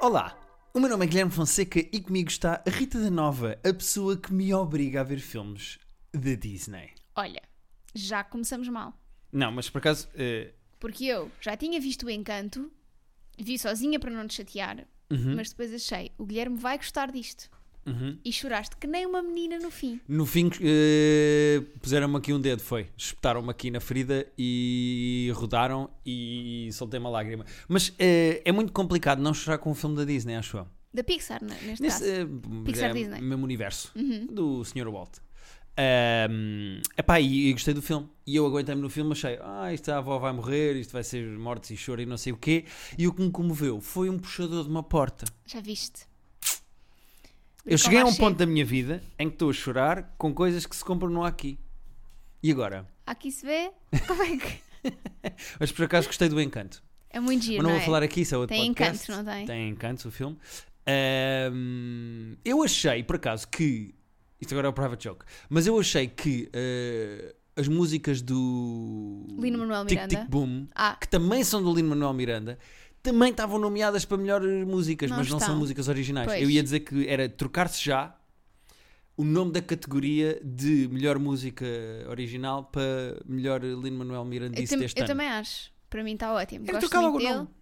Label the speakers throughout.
Speaker 1: Olá, o meu nome é Guilherme Fonseca e comigo está a Rita da Nova, a pessoa que me obriga a ver filmes da Disney.
Speaker 2: Olha, já começamos mal.
Speaker 1: Não, mas por acaso, eh,
Speaker 2: Porque eu já tinha visto o encanto, vi sozinha para não te chatear, mas depois achei, o Guilherme vai gostar disto.
Speaker 1: Uhum.
Speaker 2: E choraste que nem uma menina no fim.
Speaker 1: no fim eh, puseram-me aqui um dedo, foi. Espetaram-me aqui na ferida e rodaram e soltei uma lágrima. Mas eh, é muito complicado não chorar com um filme da Disney, acho eu.
Speaker 2: Da Pixar, né, neste
Speaker 1: Nesse,
Speaker 2: caso.
Speaker 1: eh,
Speaker 2: Pixar
Speaker 1: é,
Speaker 2: Disney.
Speaker 1: mesmo universo do Sr. Walt. Ahm, epá, e, e gostei do filme. E eu aguentei-me no filme, achei, ah, isto a avó vai morrer, isto vai ser mortes e choro e não sei o quê. E o que me comoveu foi um puxador de uma porta.
Speaker 2: Já viste.
Speaker 1: eu cheguei a um
Speaker 2: Como
Speaker 1: ponto da minha vida em que estou a chorar com coisas que se compram no aqui. E agora?
Speaker 2: Aqui se vê, como é que...
Speaker 1: Mas por acaso gostei do encanto.
Speaker 2: É muito giro,
Speaker 1: Mas não
Speaker 2: não
Speaker 1: vou
Speaker 2: é?
Speaker 1: falar aqui, isso é outro
Speaker 2: Tem
Speaker 1: podcast.
Speaker 2: encanto, não tem?
Speaker 1: Tem encanto o filme. Ahm, eu achei, por acaso, que. Isto agora é o private joke. Mas eu achei que eh, as músicas do.
Speaker 2: Lin-Manuel
Speaker 1: Tic
Speaker 2: Miranda.
Speaker 1: Tic Boom,
Speaker 2: Ah.
Speaker 1: que também são do Lino Manuel Miranda, também estavam nomeadas para melhores músicas,
Speaker 2: Não
Speaker 1: mas não são
Speaker 2: estão.
Speaker 1: músicas originais.
Speaker 2: Pois.
Speaker 1: Eu ia dizer que era trocar-se já o nome da categoria de melhor música original para melhor Lino Manuel Miranda
Speaker 2: Eu,
Speaker 1: deste
Speaker 2: tam-
Speaker 1: ano.
Speaker 2: eu também acho. Para mim está ótimo.
Speaker 1: Era
Speaker 2: Gosto
Speaker 1: trocar
Speaker 2: muito
Speaker 1: logo o
Speaker 2: dele.
Speaker 1: nome.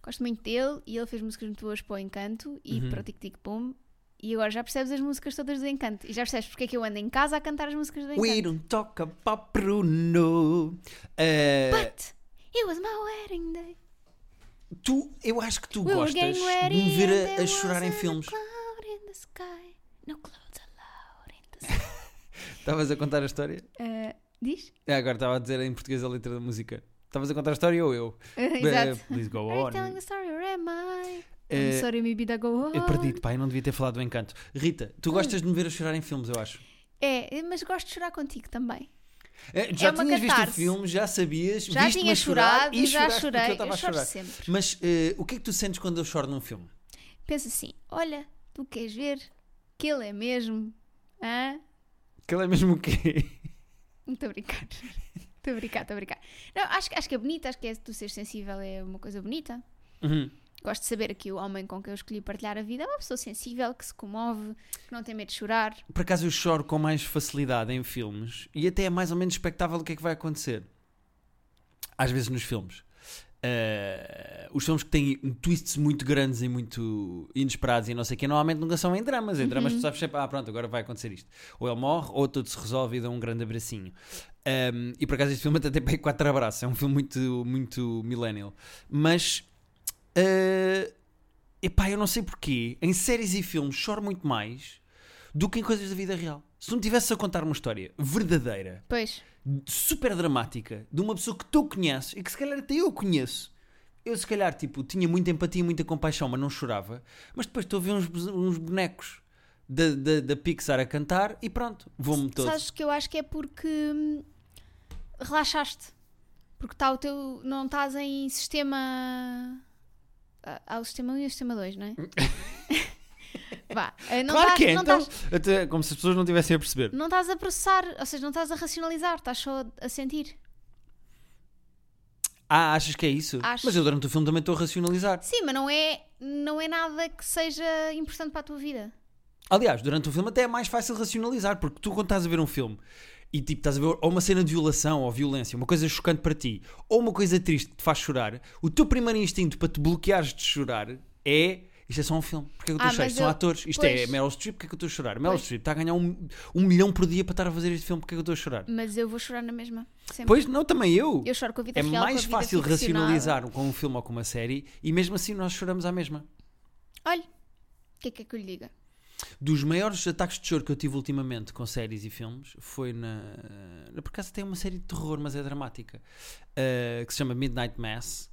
Speaker 2: Gosto muito dele e ele fez músicas muito boas para o Encanto e
Speaker 1: Uhum.
Speaker 2: para o Tic Tic Boom. E agora já percebes as músicas todas do Encanto. E já percebes porque é que eu ando em casa a cantar as músicas do Encanto.
Speaker 1: We don't talk about Bruno. Eh,
Speaker 2: But it was my wedding day.
Speaker 1: tu, eu acho que tu
Speaker 2: We were
Speaker 1: gostas
Speaker 2: getting
Speaker 1: de
Speaker 2: ready
Speaker 1: me ver
Speaker 2: and
Speaker 1: a, a
Speaker 2: there
Speaker 1: chorar em
Speaker 2: wasn't a
Speaker 1: filmes.
Speaker 2: cloud in the sky. No clouds allowed in the sky.
Speaker 1: Estavas a contar a história?
Speaker 2: Eh, diz?
Speaker 1: Ah, agora estava a dizer em português a letra da música. Estavas a contar a história ou eu?
Speaker 2: Eh,
Speaker 1: Eh,
Speaker 2: Exato.
Speaker 1: please go
Speaker 2: Are you
Speaker 1: on.
Speaker 2: telling the story or am I?
Speaker 1: Eh,
Speaker 2: I'm sorry, maybe that go on.
Speaker 1: eu perdi-te, pá, eu não devia ter falado do encanto. Rita, tu gostas de me ver a chorar em filmes, eu acho.
Speaker 2: É, mas gosto de chorar contigo também.
Speaker 1: Eh, já
Speaker 2: É uma
Speaker 1: tinhas visto o
Speaker 2: catarse.
Speaker 1: filme, já sabias,
Speaker 2: Já
Speaker 1: viste-me
Speaker 2: tinha
Speaker 1: a chorar
Speaker 2: chorado,
Speaker 1: e
Speaker 2: já
Speaker 1: choraste porque
Speaker 2: chorei.
Speaker 1: eu
Speaker 2: Eu,
Speaker 1: estava a
Speaker 2: choro
Speaker 1: chorar.
Speaker 2: sempre.
Speaker 1: Mas eh, o que é que tu sentes quando eu choro num filme?
Speaker 2: Pensa assim: olha, tu queres ver que ele é mesmo. Hã?
Speaker 1: Aquilo é mesmo o quê?
Speaker 2: Estou a brincar. Estou a brincar, estou a brincar. Não, acho, que- acho que é bonito, acho que é, tu seres sensível é uma coisa bonita.
Speaker 1: Uhum.
Speaker 2: Gosto de saber que o homem com quem eu escolhi partilhar a vida é uma pessoa sensível, que se comove, que não tem medo de chorar.
Speaker 1: Por acaso eu choro com mais facilidade em filmes e até é mais ou menos expectável o que é que vai acontecer. Às vezes nos filmes. Eh, os filmes que têm twists muito grandes e muito inesperados e não sei o que, normalmente nunca são em dramas. Em dramas tu sabes sempre, ah, pronto, agora vai acontecer isto. Ou ele morre, ou tudo se resolve e dá um grande abracinho. Ehm, e por acaso este filme até tem bem quatro abraços, é um filme muito, muito millennial. Mas eh, epá, eu não sei porquê, em séries e filmes choro muito mais do que em coisas da vida real. Se tu me tivesse a contar uma história verdadeira,
Speaker 2: Pois,
Speaker 1: super dramática, de uma pessoa que tu conheces e que se calhar até eu conheço, eu se calhar tipo, tinha muita empatia e muita compaixão, mas não chorava. Mas depois estou a ver uns, uns bonecos da, da, da Pixar a cantar e pronto, vou-me todo.
Speaker 2: sabes que eu acho que é porque hum, relaxaste. Porque tá o teu, não estás em sistema. ah, Há o sistema 1 e o sistema 2, não é? Vá, eh, não
Speaker 1: claro
Speaker 2: estás-
Speaker 1: que é,
Speaker 2: não
Speaker 1: então,
Speaker 2: estás-
Speaker 1: até como se as pessoas não tivessem a perceber.
Speaker 2: Não estás a processar, ou seja, não estás a racionalizar, estás só a sentir.
Speaker 1: Ah, achas que é isso?
Speaker 2: Acho.
Speaker 1: Mas eu durante o filme também estou a racionalizar.
Speaker 2: Sim, mas não é, não é nada que seja importante para a tua vida.
Speaker 1: Aliás, durante o filme até é mais fácil racionalizar, porque tu quando estás a ver um filme e tipo estás a ver ou uma cena de violação ou violência, uma coisa chocante para ti, ou uma coisa triste que te faz chorar, o teu primeiro instinto para te bloqueares de chorar é isto é só um filme, porque é que eu
Speaker 2: Ah,
Speaker 1: estou a chorar?
Speaker 2: mas
Speaker 1: Isto São
Speaker 2: eu-
Speaker 1: atores, isto é
Speaker 2: pois.
Speaker 1: Meryl Streep, porque é que eu estou a chorar? Meryl
Speaker 2: Pois.
Speaker 1: Streep está a ganhar um, um milhão por dia para estar a fazer este filme, porque é que eu estou a chorar?
Speaker 2: Mas eu vou chorar na mesma. Sempre.
Speaker 1: Pois não, também eu.
Speaker 2: eu choro com a vida
Speaker 1: é
Speaker 2: real. com a
Speaker 1: mais
Speaker 2: vida
Speaker 1: fácil
Speaker 2: ficcionada.
Speaker 1: racionalizar com um filme ou com uma série e mesmo assim nós choramos à mesma.
Speaker 2: Olha, o que é que é que eu lhe diga?
Speaker 1: Dos maiores ataques de choro que eu tive ultimamente com séries e filmes foi na. na- Por acaso tem uma série de terror, mas é dramática. eh, que se chama Midnight Mass.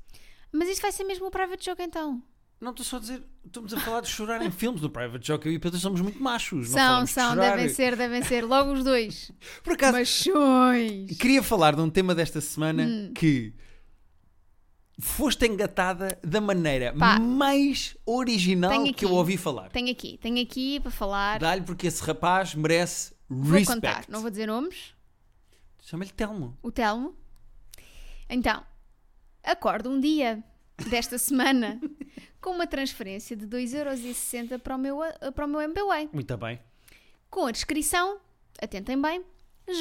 Speaker 2: Mas isto vai ser mesmo o private joke então.
Speaker 1: Não estou só a dizer. Estamos a falar de chorar em filmes do Private Joke. Eu e o Pedro somos muito machos. não
Speaker 2: são,
Speaker 1: falamos de
Speaker 2: são,
Speaker 1: chorar.
Speaker 2: devem ser, devem ser. Logo os dois.
Speaker 1: Por acaso,
Speaker 2: Machões.
Speaker 1: queria falar de um tema desta semana
Speaker 2: Hum.
Speaker 1: que. Foste engatada da maneira
Speaker 2: Pá.
Speaker 1: mais original
Speaker 2: Tenho
Speaker 1: que eu
Speaker 2: aqui.
Speaker 1: ouvi falar.
Speaker 2: Tenho aqui, tenho aqui para falar.
Speaker 1: Dá-lhe porque esse rapaz merece
Speaker 2: vou
Speaker 1: respect.
Speaker 2: contar, não vou dizer nomes.
Speaker 1: Chama-lhe Telmo.
Speaker 2: o Telmo. Então, acordo um dia desta semana com uma transferência de 2,60€ para o meu, eh, para o meu MBWay,
Speaker 1: Muito bem.
Speaker 2: com a descrição, atentem bem,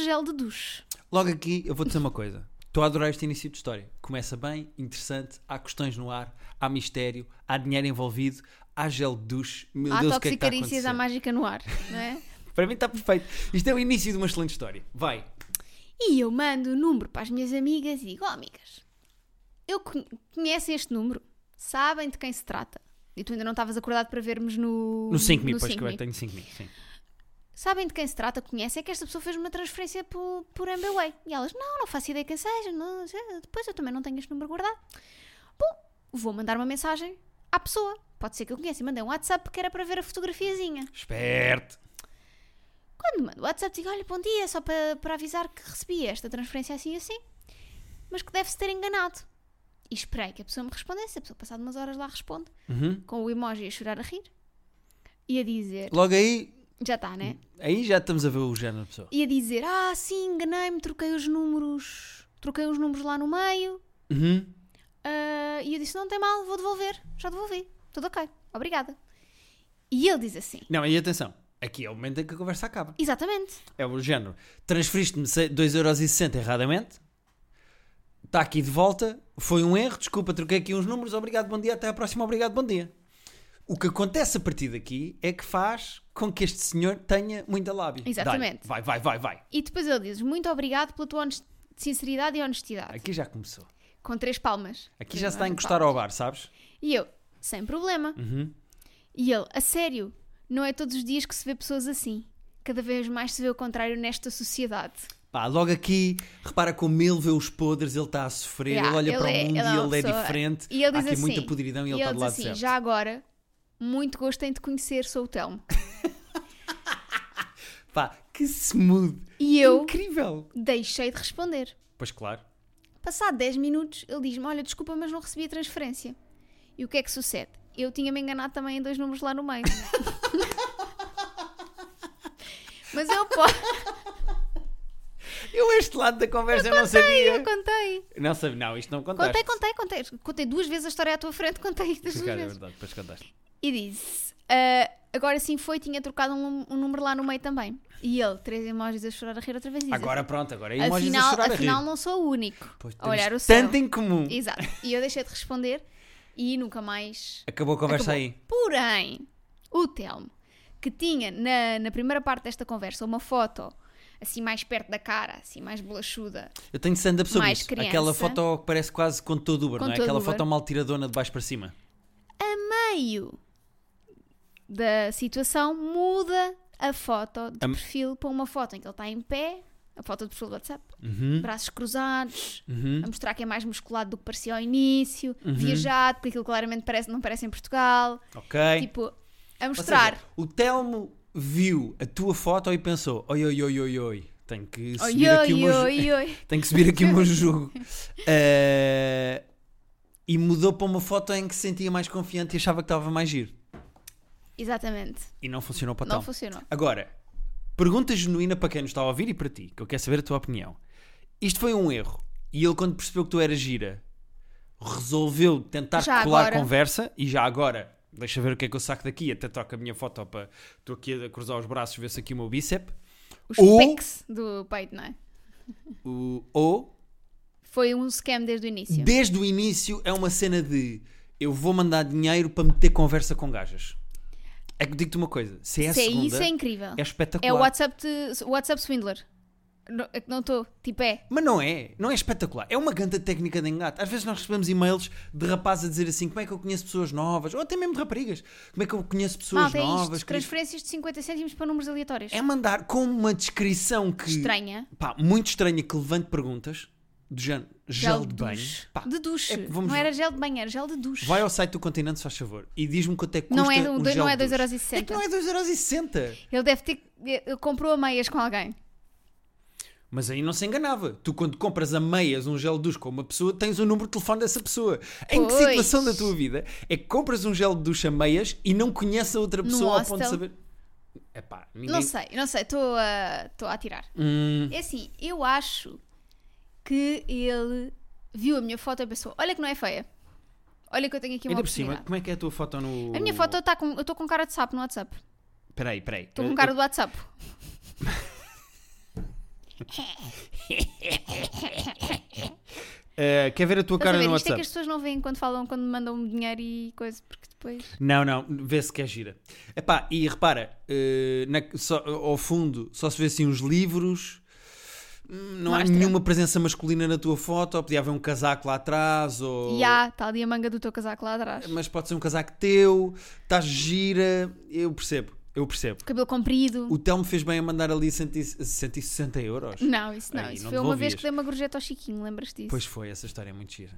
Speaker 2: gel de duche.
Speaker 1: Logo aqui eu vou dizer uma coisa. Estou a adorar este início de história. Começa bem, interessante, há questões no ar, há mistério, há dinheiro envolvido, há gel de duche. Meu
Speaker 2: Há
Speaker 1: Deus, o que é que está a
Speaker 2: toxicarícias, há
Speaker 1: acontecer?
Speaker 2: mágica no ar, não é?
Speaker 1: Para mim está perfeito. Isto é o início de uma excelente história. Vai.
Speaker 2: E eu mando o número para as minhas amigas e digo: "Ó, amigas, eu con- conhecem este número? Sabem de quem se trata? E tu ainda não estavas acordado para vermos no.
Speaker 1: No 5 mil, pois é que
Speaker 2: 5.000.
Speaker 1: eu tenho 5 mil. Sim.
Speaker 2: Sabem de quem se trata? Conhecem? É que esta pessoa fez uma transferência por, por MBWay. E elas: Não, não faço ideia quem seja. Não, já- depois eu também não tenho este número guardado. Bom, vou mandar uma mensagem à pessoa. Pode ser que eu conheça. E Mandei um WhatsApp que era para ver a fotografiazinha.
Speaker 1: Esperto.
Speaker 2: Quando mando o WhatsApp, digo: Olha, bom dia, só para, para avisar que recebi esta transferência assim e assim, mas que deve-se ter enganado. E esperei que a pessoa me respondesse. A pessoa, passado umas horas, lá responde,
Speaker 1: Uhum.
Speaker 2: com o emoji a chorar a rir e a dizer:
Speaker 1: Logo aí,
Speaker 2: Já está, né?
Speaker 1: aí já estamos a ver o género da pessoa.
Speaker 2: E a dizer: Ah, sim, enganei-me, troquei os números, troquei os números lá no meio.
Speaker 1: Uhum.
Speaker 2: ah, e eu disse: Não tem mal, vou devolver, já devolvi, tudo ok, obrigada. E ele diz assim:
Speaker 1: Não, e atenção. Aqui é o momento em que a conversa acaba.
Speaker 2: Exatamente.
Speaker 1: É o género. Transferiste-me se- 2,60€ erradamente. Está aqui de volta. Foi um erro. Desculpa, troquei aqui uns números. Obrigado, bom dia. Até à próxima. Obrigado, bom dia. O que acontece a partir daqui é que faz com que este senhor tenha muita lábia.
Speaker 2: Exatamente.
Speaker 1: Vai, vai, vai, vai.
Speaker 2: E depois ele diz: Muito obrigado pela tua honest- sinceridade e honestidade.
Speaker 1: Aqui já começou.
Speaker 2: Com três palmas.
Speaker 1: Aqui
Speaker 2: Três
Speaker 1: já se está a
Speaker 2: palmas,
Speaker 1: encostar ao bar, sabes?
Speaker 2: palmas. E eu: Sem problema.
Speaker 1: Uhum.
Speaker 2: E ele: A sério, não é todos os dias que se vê pessoas assim. Cada vez mais se vê o contrário nesta sociedade.
Speaker 1: Pá, logo aqui, repara como ele vê os podres, ele está a sofrer,
Speaker 2: Yeah,
Speaker 1: ele olha
Speaker 2: ele
Speaker 1: para o
Speaker 2: é-
Speaker 1: mundo
Speaker 2: ele
Speaker 1: e
Speaker 2: é uma
Speaker 1: ele é
Speaker 2: pessoa-
Speaker 1: diferente.
Speaker 2: E ele
Speaker 1: Há
Speaker 2: diz
Speaker 1: aqui
Speaker 2: assim.
Speaker 1: muita podridão e ele está do
Speaker 2: diz
Speaker 1: lado
Speaker 2: assim,
Speaker 1: certo.
Speaker 2: Já agora, muito gosto em te conhecer, sou o Telmo.
Speaker 1: Pá, que smooth.
Speaker 2: E eu
Speaker 1: Incrível.
Speaker 2: deixei de responder.
Speaker 1: Pois claro.
Speaker 2: Passado 10 minutos, ele diz-me: Olha, desculpa, mas não recebi a transferência. E o que é que sucede? Eu tinha-me enganado também em dois números lá no meio. mas eu, po-
Speaker 1: Eu este lado da conversa eu, não
Speaker 2: eu
Speaker 1: sabia.
Speaker 2: contei.
Speaker 1: Não sabia, não, isto não contaste.
Speaker 2: Contei, contei, contei. Contei duas vezes a história à tua frente, contei duas
Speaker 1: Por acaso é
Speaker 2: vezes.
Speaker 1: verdade, depois contaste.
Speaker 2: E disse: "Ah, Agora sim foi, tinha trocado um, um número lá no meio também. E ele, três emojis a chorar a rir outra vez. e diz
Speaker 1: Agora pronto, agora é emojis
Speaker 2: afinal,
Speaker 1: a chorar a
Speaker 2: afinal
Speaker 1: rir.
Speaker 2: não sou o único
Speaker 1: Pois,
Speaker 2: a olhar o
Speaker 1: temos
Speaker 2: céu.
Speaker 1: tanto em comum.
Speaker 2: Exato. E eu deixei de responder e nunca mais.
Speaker 1: Acabou a conversa
Speaker 2: acabou.
Speaker 1: aí.
Speaker 2: Porém, o Telmo, que tinha na, na primeira parte desta conversa uma foto assim mais perto da cara, assim mais bolachuda,
Speaker 1: Eu tenho stand-up sobre
Speaker 2: Mais
Speaker 1: isso.
Speaker 2: criança.
Speaker 1: Aquela foto que parece quase com todo Uber,
Speaker 2: Com
Speaker 1: não é?
Speaker 2: todo
Speaker 1: Aquela
Speaker 2: Uber.
Speaker 1: foto mal tiradona de baixo para cima.
Speaker 2: meio da situação, muda a foto de
Speaker 1: Am-
Speaker 2: perfil para uma foto em que ele está em pé, a foto de perfil do WhatsApp,
Speaker 1: Uhum,
Speaker 2: braços cruzados,
Speaker 1: uhum.
Speaker 2: a mostrar que é mais musculado do que parecia ao início, viajado, porque aquilo claramente parece, não parece em Portugal.
Speaker 1: Ok.
Speaker 2: Tipo, a
Speaker 1: Ou
Speaker 2: mostrar.
Speaker 1: seja, o Telmo viu a tua foto e pensou: oi, oi, oi, oi, oi. Tenho que
Speaker 2: Oi,
Speaker 1: subir aqui o
Speaker 2: oi,
Speaker 1: meu. ju-
Speaker 2: oi, oi.
Speaker 1: Tenho que subir aqui o meu jogo. Eh, e mudou para uma foto em que se sentia mais confiante e achava que estava mais giro.
Speaker 2: Exatamente.
Speaker 1: E não funcionou para o
Speaker 2: Não
Speaker 1: Telmo.
Speaker 2: funcionou.
Speaker 1: Agora, pergunta genuína para quem nos está a ouvir e para ti, que eu quero saber a tua opinião. Isto foi um erro. E ele, quando percebeu que tu eras gira, resolveu tentar
Speaker 2: Já
Speaker 1: colar
Speaker 2: agora.
Speaker 1: a conversa e já agora, deixa ver o que é que eu saco daqui, até toco a minha foto para. Estou aqui a cruzar os braços, ver se aqui o meu bíceps.
Speaker 2: Os
Speaker 1: Ou-
Speaker 2: pecs do peito, não é?
Speaker 1: O, ou,
Speaker 2: Foi um scam desde o início.
Speaker 1: desde o início, é uma cena de eu vou mandar dinheiro para meter conversa com gajas. É que digo-te uma coisa: se é a
Speaker 2: Se é
Speaker 1: segunda,
Speaker 2: isso é incrível.
Speaker 1: é espetacular.
Speaker 2: É o WhatsApp, de, o WhatsApp Swindler. Não- é que Não estou. Tipo, é.
Speaker 1: Mas não é, não é espetacular. É uma grande técnica de engate. Às vezes nós recebemos e-mails de rapazes a dizer assim: como é que eu conheço pessoas novas? Ou até mesmo de raparigas: como é que eu conheço pessoas
Speaker 2: Malta, é
Speaker 1: novas?
Speaker 2: isto. Transferências de 50 cêntimos para números aleatórios.
Speaker 1: É mandar com uma descrição que.
Speaker 2: Estranha.
Speaker 1: Pá, muito estranha, que levante perguntas. Do género, gel, de banho.
Speaker 2: duche.
Speaker 1: Pá,
Speaker 2: De duche.
Speaker 1: é que vamos-
Speaker 2: Não era gel de banho, era gel de duche.
Speaker 1: Vai ao site do Continente, se faz favor, e diz-me quanto é que custa
Speaker 2: Não é,
Speaker 1: um
Speaker 2: do-
Speaker 1: gel
Speaker 2: não é
Speaker 1: de duche.
Speaker 2: 2,60€.
Speaker 1: É que não é 2,60€.
Speaker 2: Ele deve ter. ele comprou a meias com alguém.
Speaker 1: Mas aí não se enganava. Tu, quando compras a meias um gel de duche com uma pessoa, tens o número de telefone dessa pessoa. Em que
Speaker 2: Pois.
Speaker 1: situação da tua vida é que compras um gel de duche a meias e não conheces a outra
Speaker 2: Num
Speaker 1: pessoa ao ponto de
Speaker 2: hostel.
Speaker 1: saber? Epá, ninguém...
Speaker 2: Não sei, não sei. Estou a, estou a atirar.
Speaker 1: Hum,
Speaker 2: É assim, eu acho que ele viu a minha foto e pensou: olha que não é feia. Olha que eu tenho aqui uma
Speaker 1: Ainda por cima,
Speaker 2: oportunidade.
Speaker 1: como é que é a tua foto no.
Speaker 2: A minha foto está com. Eu estou com cara de sapo no WhatsApp.
Speaker 1: Peraí, peraí.
Speaker 2: Estou
Speaker 1: Eu-
Speaker 2: com um cara do WhatsApp.
Speaker 1: Eh, quer ver a tua
Speaker 2: Estás a
Speaker 1: cara
Speaker 2: ver?
Speaker 1: no
Speaker 2: Isto é
Speaker 1: WhatsApp?
Speaker 2: que as pessoas não veem quando falam, quando me mandam dinheiro e coisa, porque depois.
Speaker 1: Não, não, vê-se que é gira. Epá, e repara, eh, na- só- ao fundo só se vê assim uns livros, hum, não há
Speaker 2: Mostra.
Speaker 1: nenhuma presença masculina na tua foto, ou podia haver um casaco lá atrás, ou...
Speaker 2: E há, está ali a manga do teu casaco lá atrás.
Speaker 1: mas pode ser um casaco teu, estás gira, eu percebo, eu percebo.
Speaker 2: Cabelo comprido.
Speaker 1: O Telmo fez bem a mandar ali 160 160 euros.
Speaker 2: Não, isso não.
Speaker 1: Ai,
Speaker 2: isso
Speaker 1: não
Speaker 2: foi
Speaker 1: te
Speaker 2: uma vez
Speaker 1: ouvias.
Speaker 2: que dei uma gorjeta ao Chiquinho, lembras disso?
Speaker 1: Pois foi, essa história é muito gira.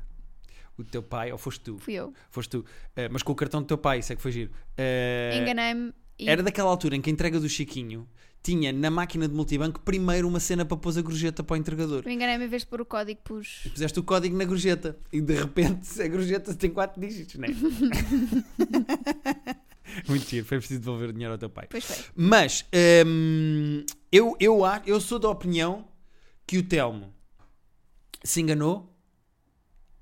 Speaker 1: O teu pai, ou foste tu,
Speaker 2: Fui eu.
Speaker 1: foste tu, eh, mas com o cartão do teu pai, isso é que foi giro. Eh,
Speaker 2: Enganei-me e.
Speaker 1: Era daquela altura em que a entrega do Chiquinho tinha na máquina de multibanco primeiro uma cena para pôr a gorjeta para o entregador.
Speaker 2: Eu enganei-me em vez de pôr o código, pus.
Speaker 1: Puseste o código na gorjeta e de repente a gorjeta tem 4 dígitos, não é? Muito giro, foi preciso devolver dinheiro ao teu pai.
Speaker 2: Pois foi.
Speaker 1: Mas hum, eu, eu, a- eu sou da opinião que o Telmo se enganou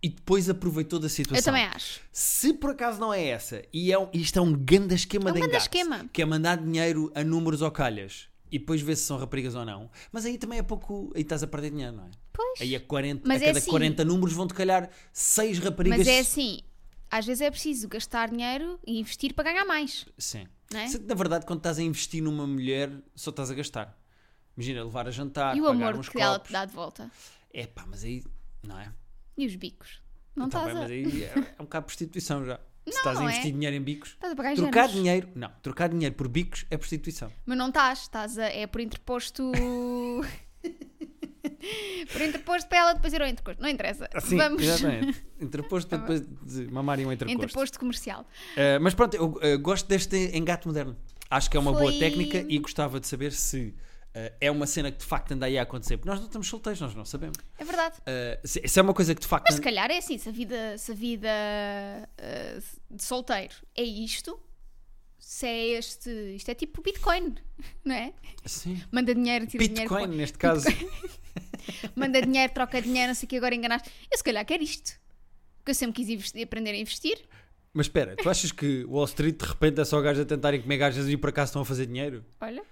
Speaker 1: e depois aproveitou da situação.
Speaker 2: Eu também acho.
Speaker 1: Se por acaso não é essa, e é um- isto é um grande esquema
Speaker 2: É um
Speaker 1: de
Speaker 2: grande
Speaker 1: engate,
Speaker 2: esquema.
Speaker 1: que é mandar dinheiro a números ou calhas e depois ver se são raparigas ou não, mas aí também é pouco. Aí estás a perder dinheiro, não é?
Speaker 2: Pois.
Speaker 1: Aí a, 40,
Speaker 2: Mas
Speaker 1: a
Speaker 2: é
Speaker 1: cada
Speaker 2: assim.
Speaker 1: 40 números vão-te calhar 6 raparigas.
Speaker 2: Mas é assim, às vezes é preciso gastar dinheiro e investir para ganhar mais.
Speaker 1: Sim.
Speaker 2: Não é?
Speaker 1: Se, na verdade, quando estás a investir numa mulher, só estás a gastar. Imagina, levar a jantar,
Speaker 2: e o
Speaker 1: pagar
Speaker 2: amor
Speaker 1: uns
Speaker 2: que ela te
Speaker 1: copos.
Speaker 2: dá de volta.
Speaker 1: É pá, mas aí. Não é?
Speaker 2: E os bicos. Não
Speaker 1: Tá
Speaker 2: estás
Speaker 1: bem,
Speaker 2: a.
Speaker 1: mas aí é, é um bocado prostituição já. Se estás a
Speaker 2: não é.
Speaker 1: investir dinheiro em bicos.
Speaker 2: Estás a pagar
Speaker 1: Trocar
Speaker 2: géneros.
Speaker 1: dinheiro. Não, trocar dinheiro por bicos é prostituição.
Speaker 2: Mas não estás, estás a. É por interposto. por interposto para ela depois ir ao interposto. Não interessa.
Speaker 1: Sim,
Speaker 2: Vamos.
Speaker 1: Assim,
Speaker 2: Tá
Speaker 1: exatamente. Interposto para depois de mamarem um interposto.
Speaker 2: Interposto comercial.
Speaker 1: Eh, mas pronto, eu eh, gosto deste engate moderno. Acho que é uma boa
Speaker 2: Foi-
Speaker 1: técnica e gostava de saber se eh, é uma cena que de facto anda aí a acontecer. Porque nós não estamos solteiros, nós não sabemos.
Speaker 2: É verdade.
Speaker 1: Eh, se, se é uma coisa que de facto.
Speaker 2: Mas se calhar é assim, se a vida, se a vida ah, de solteiro é isto, se é este. Isto é tipo Bitcoin, não é?
Speaker 1: Sim.
Speaker 2: Manda dinheiro, tira dinheiro.
Speaker 1: Bitcoin, neste caso.
Speaker 2: manda dinheiro, troca dinheiro, não sei o que, agora enganaste. Eu se calhar quero isto. Porque eu sempre quis investir- aprender a investir.
Speaker 1: Mas espera, tu achas que Wall Street de repente é só gajos a tentarem comer gajas e por acaso estão a fazer dinheiro?
Speaker 2: Olha,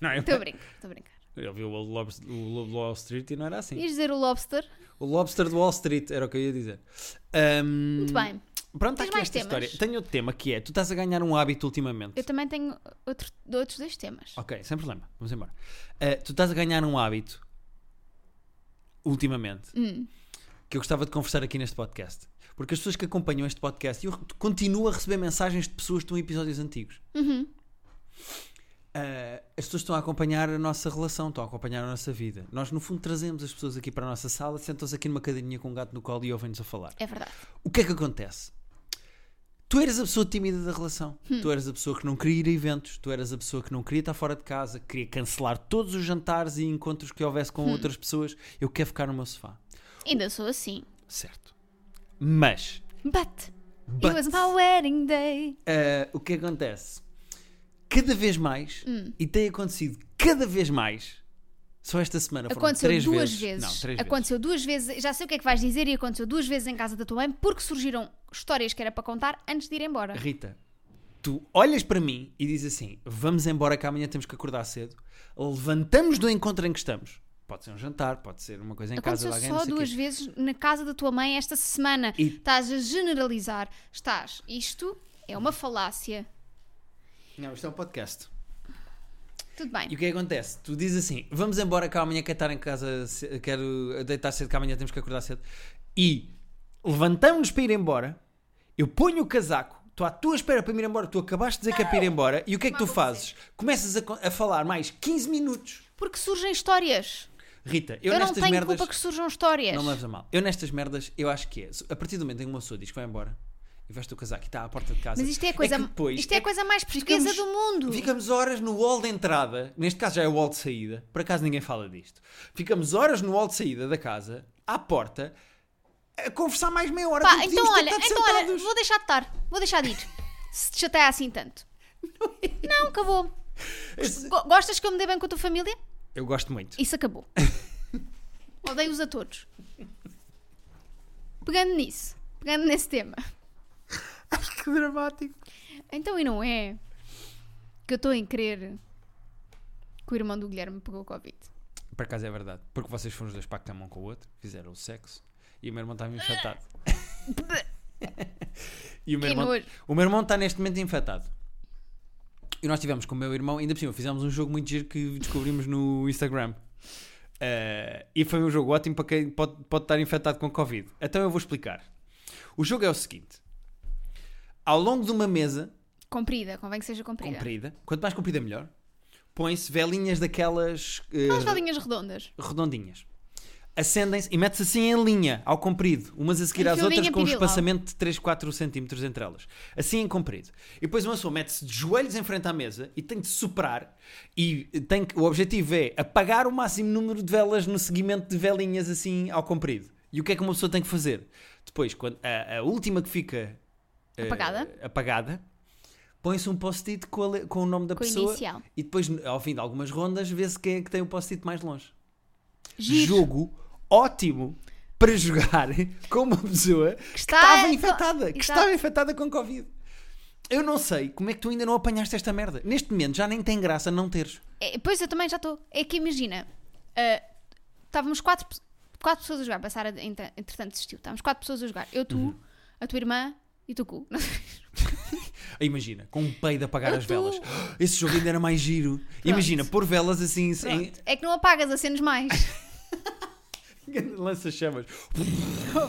Speaker 1: Não, eu,
Speaker 2: estou a brincar, estou a brincar.
Speaker 1: eu vi o Lobster- o Lobo de Wall Street e não era assim.
Speaker 2: Ias dizer o lobster?
Speaker 1: O Lobster de Wall Street era o que eu ia dizer. Ahm,
Speaker 2: Muito bem.
Speaker 1: Pronto, tá
Speaker 2: Tens
Speaker 1: aqui
Speaker 2: mais
Speaker 1: esta
Speaker 2: temas?
Speaker 1: história. Tenho outro tema que é: tu estás a ganhar um hábito ultimamente.
Speaker 2: Eu também tenho outro, outros dois temas.
Speaker 1: Ok, sem problema, vamos embora. Eh, tu estás a ganhar um hábito ultimamente
Speaker 2: Hum.
Speaker 1: que eu gostava de conversar aqui neste podcast. Porque as pessoas que acompanham este podcast, eu re- continuo a receber mensagens de pessoas que estão em episódios antigos.
Speaker 2: Uhum.
Speaker 1: Eh, as pessoas estão a acompanhar a nossa relação, estão a acompanhar a nossa vida. Nós, no fundo, trazemos as pessoas aqui para a nossa sala, sentam-se aqui numa cadeirinha com um gato no colo e ouvem-nos a falar.
Speaker 2: É verdade.
Speaker 1: O que é que acontece? Tu eras a pessoa tímida da relação.
Speaker 2: Hum.
Speaker 1: Tu eras a pessoa que não queria ir a eventos. Tu eras a pessoa que não queria estar fora de casa. que Queria cancelar todos os jantares e encontros que houvesse
Speaker 2: Hum.
Speaker 1: com outras pessoas. Eu quero ficar no meu sofá.
Speaker 2: Ainda sou assim.
Speaker 1: Certo. Mas,
Speaker 2: But,
Speaker 1: But.
Speaker 2: it was my wedding day.
Speaker 1: ah, o que acontece? Cada vez mais,
Speaker 2: Hum.
Speaker 1: e tem acontecido cada vez mais, só esta semana foram Tá
Speaker 2: Aconteceu
Speaker 1: três
Speaker 2: duas vezes.
Speaker 1: vezes. Não, três
Speaker 2: aconteceu duas vezes. Já sei o que é que vais dizer e aconteceu duas vezes em casa da tua mãe porque surgiram histórias que era para contar antes de ir embora.
Speaker 1: Rita, tu olhas para mim e dizes assim: vamos embora que amanhã temos que acordar cedo, levantamos do encontro em que estamos. Pode ser um jantar, pode ser uma coisa em casa
Speaker 2: Aconteceu
Speaker 1: de alguém.
Speaker 2: só
Speaker 1: não sei o quê.
Speaker 2: duas vezes na casa da tua mãe esta semana.
Speaker 1: E-
Speaker 2: Estás a generalizar. Estás. Isto é uma falácia.
Speaker 1: Não, isto é um podcast.
Speaker 2: Tudo bem.
Speaker 1: E o que é que acontece? Tu dizes assim: vamos embora que amanhã quero estar em casa, ce- quero deitar cedo, que amanhã temos que acordar cedo. E levantamos para ir embora, eu ponho o casaco, estou à tua espera para me ir embora, tu acabaste de dizer que é para ir embora, e o que é que tu fazes? Começas a, co- a falar mais 15 minutos.
Speaker 2: Porque surgem histórias.
Speaker 1: Rita, eu,
Speaker 2: Eu, não
Speaker 1: nestas
Speaker 2: tenho
Speaker 1: merdas.
Speaker 2: culpa que surjam histórias.
Speaker 1: Não me leves a mal. Eu nestas merdas, eu acho que é. A partir do momento em que uma pessoa diz que vai embora e veste o casaco e está à porta de casa.
Speaker 2: Mas isto é a coisa,
Speaker 1: que depois-
Speaker 2: isto é a
Speaker 1: que
Speaker 2: coisa mais portuguesa
Speaker 1: ficamos-
Speaker 2: do mundo.
Speaker 1: Ficamos horas no hall de entrada, neste caso já é o hall de saída, por acaso ninguém fala disto. Ficamos horas no hall de saída da casa, à porta, a conversar mais meia hora.
Speaker 2: Pá,
Speaker 1: do que
Speaker 2: então
Speaker 1: podíamos ter
Speaker 2: olha,
Speaker 1: estado
Speaker 2: então olha,
Speaker 1: sentados.
Speaker 2: vou deixar de estar. Vou deixar de ir. Se te chateia assim tanto.
Speaker 1: é
Speaker 2: Não, acabou.
Speaker 1: Esse-
Speaker 2: Go- Gostas que eu me dê bem com a tua família?
Speaker 1: Eu gosto muito.
Speaker 2: Isso acabou. Odeio-os a todos. Pegando nisso, Pegando nesse tema.
Speaker 1: Que dramático.
Speaker 2: Então, e não é que eu estou em crer que o irmão do Guilherme pegou Covid.
Speaker 1: Por acaso é verdade. Porque vocês foram os dois para a cama um com o outro, fizeram o sexo e o meu irmão estava infectado. e o meu
Speaker 2: Que
Speaker 1: irmão,
Speaker 2: nojo.
Speaker 1: o meu irmão está neste momento infectado. E nós tivemos com o meu irmão, ainda por cima, fizemos um jogo muito giro que descobrimos no Instagram. Eh, e foi um jogo ótimo para quem pode, pode estar infectado com Covid. Então eu vou explicar. O jogo é o seguinte: ao longo de uma mesa
Speaker 2: Comprida, convém que seja comprida.
Speaker 1: comprida, quanto mais comprida, melhor, põe-se velinhas daquelas eh,
Speaker 2: Aquelas velinhas redondas.
Speaker 1: redondinhas. Acendem-se e mete-se assim em linha, ao comprido, umas a seguir às
Speaker 2: Enfiadinha
Speaker 1: outras, com um
Speaker 2: pirila.
Speaker 1: espaçamento de 3, 4 centímetros entre elas. Assim em comprido. E depois uma pessoa mete-se de joelhos em frente à mesa e tem de superar. E tem que, o objetivo é apagar o máximo número de velas no seguimento de velinhas assim ao comprido. E o que é que uma pessoa tem que fazer? Depois, quando a, a última que fica eh,
Speaker 2: Apagada.
Speaker 1: apagada põe-se um post-it com, a le- com o nome da
Speaker 2: Com a
Speaker 1: pessoa.
Speaker 2: inicial.
Speaker 1: E depois, ao fim de algumas rondas, vê-se quem é que tem o post-it mais longe
Speaker 2: Giro.
Speaker 1: jogo ótimo para jogar com uma pessoa que,
Speaker 2: está-
Speaker 1: estava infectada, que
Speaker 2: Exato.
Speaker 1: estava infectada com Covid. Eu não sei como é que tu ainda não apanhaste esta merda. Neste momento já nem tem graça não teres.
Speaker 2: É, pois eu também já estou. É que imagina, ah, estávamos quatro, pe- quatro pessoas a jogar. A Sara, entre- entretanto, desistiu. Estávamos quatro pessoas a jogar. Eu, tu, a tua irmã e tu, cu.
Speaker 1: Imagina, com um peido a apagar
Speaker 2: Eu
Speaker 1: as
Speaker 2: tô-
Speaker 1: velas. Esse jogo ainda era mais giro. Imagina, pôr velas assim, sem
Speaker 2: Pronto. É que não apagas, acendes mais.
Speaker 1: lança-chamas.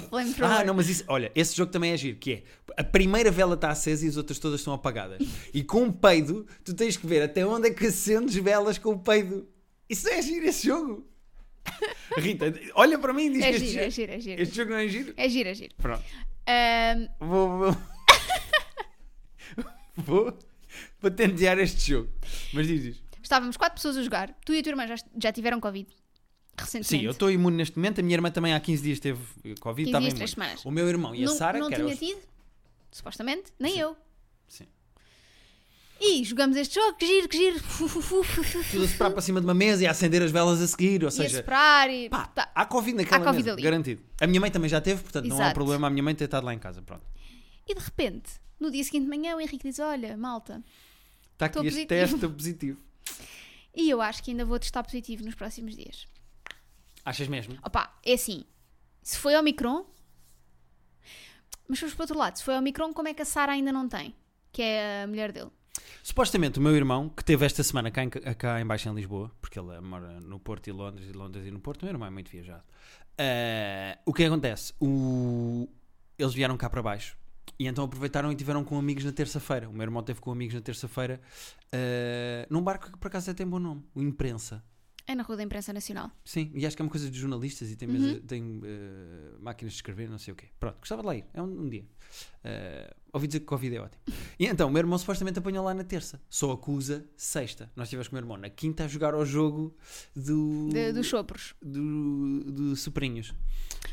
Speaker 2: Flame
Speaker 1: Ah,
Speaker 2: thrower.
Speaker 1: não, mas isso, olha, esse jogo também é giro, que é a primeira vela está acesa e as outras todas estão apagadas. E com um peido, tu tens que ver até onde é que acendes velas com o peido. Isso é giro, esse jogo. Rita, olha para mim e diz
Speaker 2: É
Speaker 1: que este,
Speaker 2: giro, é
Speaker 1: jogo,
Speaker 2: giro, é giro.
Speaker 1: este jogo não é giro.
Speaker 2: É giro, é giro.
Speaker 1: Pronto,
Speaker 2: Ahm,
Speaker 1: vou. Vou, vou, vou tentear este jogo. Mas diz, diz.
Speaker 2: estávamos quatro pessoas a jogar. Tu e a tua irmã já, já tiveram Covid. Recentemente.
Speaker 1: Sim, eu estou imune neste momento. A minha irmã também há 15 dias teve Covid.
Speaker 2: 15
Speaker 1: estava
Speaker 2: dias,
Speaker 1: imune.
Speaker 2: três semanas.
Speaker 1: O meu irmão e a
Speaker 2: Não-
Speaker 1: Sara,
Speaker 2: Não
Speaker 1: que era
Speaker 2: tinha
Speaker 1: os-
Speaker 2: tido, supostamente, nem eu.
Speaker 1: Sim.
Speaker 2: E jogamos este jogo, que giro, que giro. Fu, fu, fu, fu, fu, fu,
Speaker 1: tudo a
Speaker 2: fu.
Speaker 1: soprar para cima de uma mesa e a acender as velas a seguir, ou
Speaker 2: E a
Speaker 1: seja,
Speaker 2: soprar e.
Speaker 1: pá,
Speaker 2: tá.
Speaker 1: há Covid naquela
Speaker 2: há Covid
Speaker 1: mesa,
Speaker 2: ali.
Speaker 1: garantido. A minha mãe também já teve, portanto não há
Speaker 2: Exato.
Speaker 1: problema a minha mãe ter estado lá em casa, pronto.
Speaker 2: E de repente, no dia seguinte de manhã, o Henrique diz: Olha, malta,
Speaker 1: Está Tá aqui
Speaker 2: Estou
Speaker 1: este
Speaker 2: positivo.
Speaker 1: teste estou positivo.
Speaker 2: e eu acho que ainda vou testar positivo nos próximos dias.
Speaker 1: Achas mesmo?
Speaker 2: Opa, é assim, se foi Omicron. Mas vamos para outro lado, se foi Omicron, como é que a Sara ainda não tem? Que é a mulher dele.
Speaker 1: Supostamente o meu irmão, que teve esta semana cá em, cá em baixo em Lisboa, porque ele mora no Porto e Londres, e Londres e no Porto, o meu irmão é muito viajado. Ah, o que acontece? O... Eles vieram cá para baixo. E então aproveitaram e tiveram com amigos na terça-feira. O meu irmão teve com amigos na terça-feira ah, num barco que por acaso até tem bom nome, o Imprensa.
Speaker 2: É na Rua da Imprensa Nacional.
Speaker 1: Sim, e acho que é uma coisa de jornalistas e tem, mesa-
Speaker 2: Uhum.
Speaker 1: tem eh, máquinas de escrever, não sei o quê. Pronto, gostava de lá ir, é um, um dia. Eh, ouvi dizer que Covid é ótimo. E então, o meu irmão supostamente apanhou lá na terça, só acusa sexta. Nós tivemos com o meu irmão na quinta a jogar ao jogo do,
Speaker 2: de- dos sopros.
Speaker 1: do, do Suprinhos,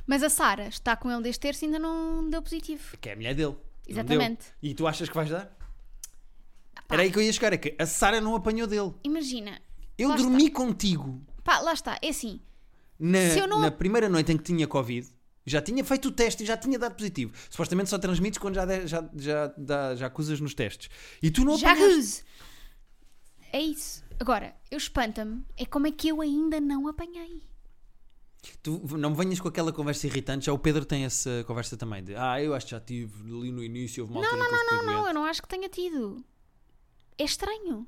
Speaker 2: Mas a Sara está com ele desde terça e ainda não deu positivo.
Speaker 1: que é a mulher dele. Não deu.
Speaker 2: Exatamente.
Speaker 1: E tu achas que vais dar? Era aí que eu ia chegar, é que a Sara não apanhou dele.
Speaker 2: Imagina,
Speaker 1: Eu
Speaker 2: Lá está.
Speaker 1: dormi contigo
Speaker 2: pá, lá está, é assim,
Speaker 1: Na,
Speaker 2: Se eu não-
Speaker 1: na primeira noite em que tinha Covid, já tinha feito o teste e já tinha dado positivo. Supostamente só transmites quando já, de- já, já, dá- já acusas nos testes. E tu não
Speaker 2: já
Speaker 1: apanhaste.
Speaker 2: ruse. É isso. Agora, eu espanta-me, é como é que eu ainda não apanhei.
Speaker 1: Tu não me venhas com aquela conversa irritante. Já o Pedro tem essa conversa também. De, ah, eu acho que já tive ali no início. Houve uma
Speaker 2: Não,
Speaker 1: altura
Speaker 2: não,
Speaker 1: que eu
Speaker 2: não,
Speaker 1: fiquei
Speaker 2: não, não,
Speaker 1: doente."
Speaker 2: eu não acho que tenha tido. É estranho.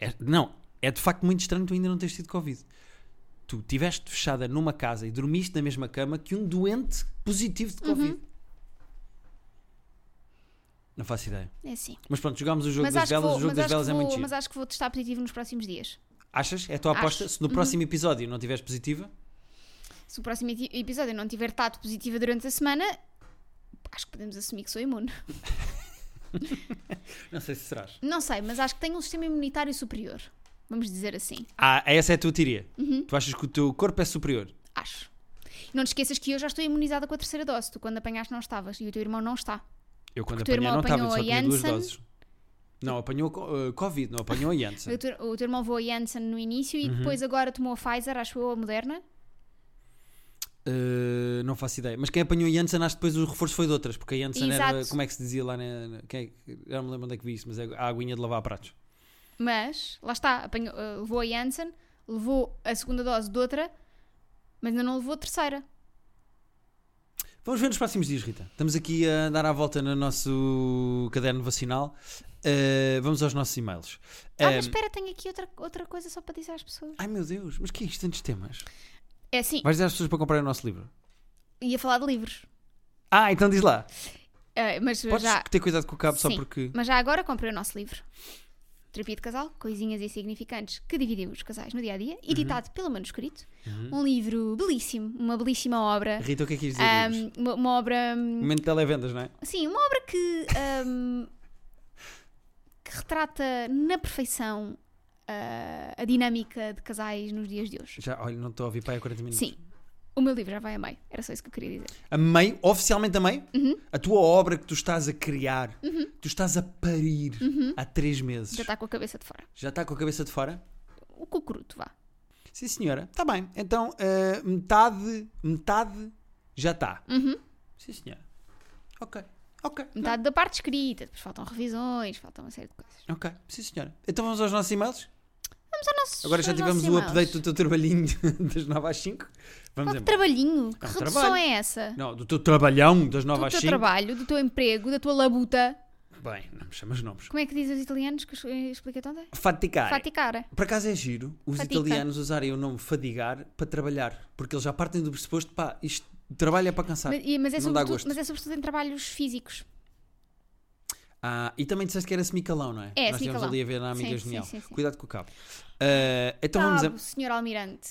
Speaker 1: É, não, é de facto muito estranho tu ainda não teres tido Covid. Tu estiveste fechada numa casa e dormiste na mesma cama que um doente positivo de
Speaker 2: Uhum.
Speaker 1: Covid. Não faço ideia.
Speaker 2: É assim.
Speaker 1: Mas pronto, jogámos o jogo
Speaker 2: Mas
Speaker 1: das
Speaker 2: acho, que
Speaker 1: velas.
Speaker 2: vou,
Speaker 1: O jogo
Speaker 2: mas,
Speaker 1: das
Speaker 2: acho
Speaker 1: velas
Speaker 2: que
Speaker 1: é muito
Speaker 2: vou,
Speaker 1: giro.
Speaker 2: mas acho que vou testar positivo nos próximos dias.
Speaker 1: Achas? É a tua
Speaker 2: Acho. Uhum.
Speaker 1: aposta? Se no próximo episódio não tiveres positiva,
Speaker 2: Se o próximo eti- episódio não tiver estado positiva durante a semana, acho que podemos assumir que sou imune.
Speaker 1: não sei se serás.
Speaker 2: Não sei, mas acho que tenho um sistema imunitário superior. Vamos dizer assim.
Speaker 1: Ah, essa é a tua teoria.
Speaker 2: Uhum.
Speaker 1: Tu achas que o teu corpo é superior?
Speaker 2: Acho. Não te esqueças que eu já estou imunizada com a terceira dose. Tu, quando apanhaste, não estavas. E o teu irmão não está.
Speaker 1: Eu quando
Speaker 2: Porque o
Speaker 1: apanhei
Speaker 2: teu irmão
Speaker 1: não estava, eu só
Speaker 2: apanhou a
Speaker 1: tinha duas
Speaker 2: Janssen.
Speaker 1: doses. Não, apanhou co- eh, Covid, não apanhou a
Speaker 2: O
Speaker 1: Janssen.
Speaker 2: teu, o teu irmão voou a Janssen no início e depois agora tomou a Pfizer, acho eu, a Moderna.
Speaker 1: Uh, não faço ideia. Mas quem apanhou a Janssen, acho que depois o reforço foi de outras, porque a Janssen era,
Speaker 2: Exato.
Speaker 1: como é que se dizia lá na. na- quem é que- eu não me lembro onde é que vi isso, mas é a aguinha de lavar pratos.
Speaker 2: Mas, lá está, apanhou, eh, levou a Janssen, levou a segunda dose de outra, mas ainda não levou a terceira.
Speaker 1: Vamos ver nos próximos dias, Rita. Estamos aqui a dar a volta no nosso caderno vacinal. Uh, vamos aos nossos e-mails.
Speaker 2: Ah, mas
Speaker 1: Um,
Speaker 2: espera, tenho aqui outra, outra coisa só para dizer às pessoas.
Speaker 1: Ai meu Deus, mas que é isto tantos temas?
Speaker 2: É assim,
Speaker 1: Vais dizer às pessoas para comprarem o nosso livro?
Speaker 2: ia falar de livros.
Speaker 1: Ah, então diz lá.
Speaker 2: Eh, mas,
Speaker 1: Podes
Speaker 2: já,
Speaker 1: ter cuidado com o cabo só
Speaker 2: Sim.
Speaker 1: porque.
Speaker 2: mas já agora comprei o nosso livro. Terapia de Casal, Coisinhas Insignificantes que dividem os casais no dia a dia,
Speaker 1: Uhum.
Speaker 2: editado pelo Manuscrito. Um livro belíssimo, uma belíssima obra.
Speaker 1: Rita, o que é que ias dizer? Um...
Speaker 2: Ahm, uma, uma obra. hum,
Speaker 1: Momento de televendas, não é?
Speaker 2: Sim, uma obra que. ahm, que retrata na perfeição ah, a dinâmica de casais nos dias de hoje.
Speaker 1: Já, olha, não estou a ouvir pai há 40 minutos.
Speaker 2: Sim. O meu livro já vai a meio, era só isso que eu queria dizer.
Speaker 1: A meio, oficialmente a meio,
Speaker 2: Uhum.
Speaker 1: a tua obra que tu estás a criar, tu estás a parir há três meses,
Speaker 2: Uhum. Já tá. está com a cabeça de fora.
Speaker 1: já está com a cabeça de fora?
Speaker 2: O cucuruto, vá.
Speaker 1: Sim, senhora. Está bem. Então, eh, metade, metade já está.
Speaker 2: Uhum.
Speaker 1: Sim, senhora. Ok. Ok.
Speaker 2: Metade da parte escrita, depois faltam revisões, faltam uma série de coisas.
Speaker 1: Ok. Sim, senhora. Então vamos aos nossos e-mails?
Speaker 2: Vamos ao nosso.
Speaker 1: Agora já
Speaker 2: aos
Speaker 1: tivemos
Speaker 2: nossos
Speaker 1: o update
Speaker 2: e-mails.
Speaker 1: do teu trabalhinho das 9 às 5. Vamos
Speaker 2: Qual
Speaker 1: embora.
Speaker 2: trabalhinho? Que
Speaker 1: É um
Speaker 2: redução
Speaker 1: trabalho.
Speaker 2: é essa?
Speaker 1: Não, do teu trabalhão das 9
Speaker 2: Do
Speaker 1: às
Speaker 2: teu
Speaker 1: 5.
Speaker 2: trabalho, do teu emprego, da tua labuta.
Speaker 1: Bem, não me chamas nomes.
Speaker 2: Como é que dizem os italianos que eu eh, expliquei ontem?
Speaker 1: Faticar.
Speaker 2: Faticara.
Speaker 1: Por acaso é giro os
Speaker 2: Faticar.
Speaker 1: italianos usarem o nome fadigar para trabalhar, porque eles já partem do pressuposto, pá, isto trabalha para cansar.
Speaker 2: Mas, e- mas é
Speaker 1: Tá. não dá
Speaker 2: sobretudo,
Speaker 1: gosto.
Speaker 2: mas é sobretudo em trabalhos físicos.
Speaker 1: Ah, e também disseste que era semicalão, não é?
Speaker 2: É,
Speaker 1: Nós estivemos
Speaker 2: semicalão.
Speaker 1: ali a ver na Amiga
Speaker 2: Sim, sim,
Speaker 1: Genial.
Speaker 2: sim, sim.
Speaker 1: Cuidado com o cabo. Ah, então vamos
Speaker 2: Cabo,
Speaker 1: a...
Speaker 2: Tá, senhor Almirante.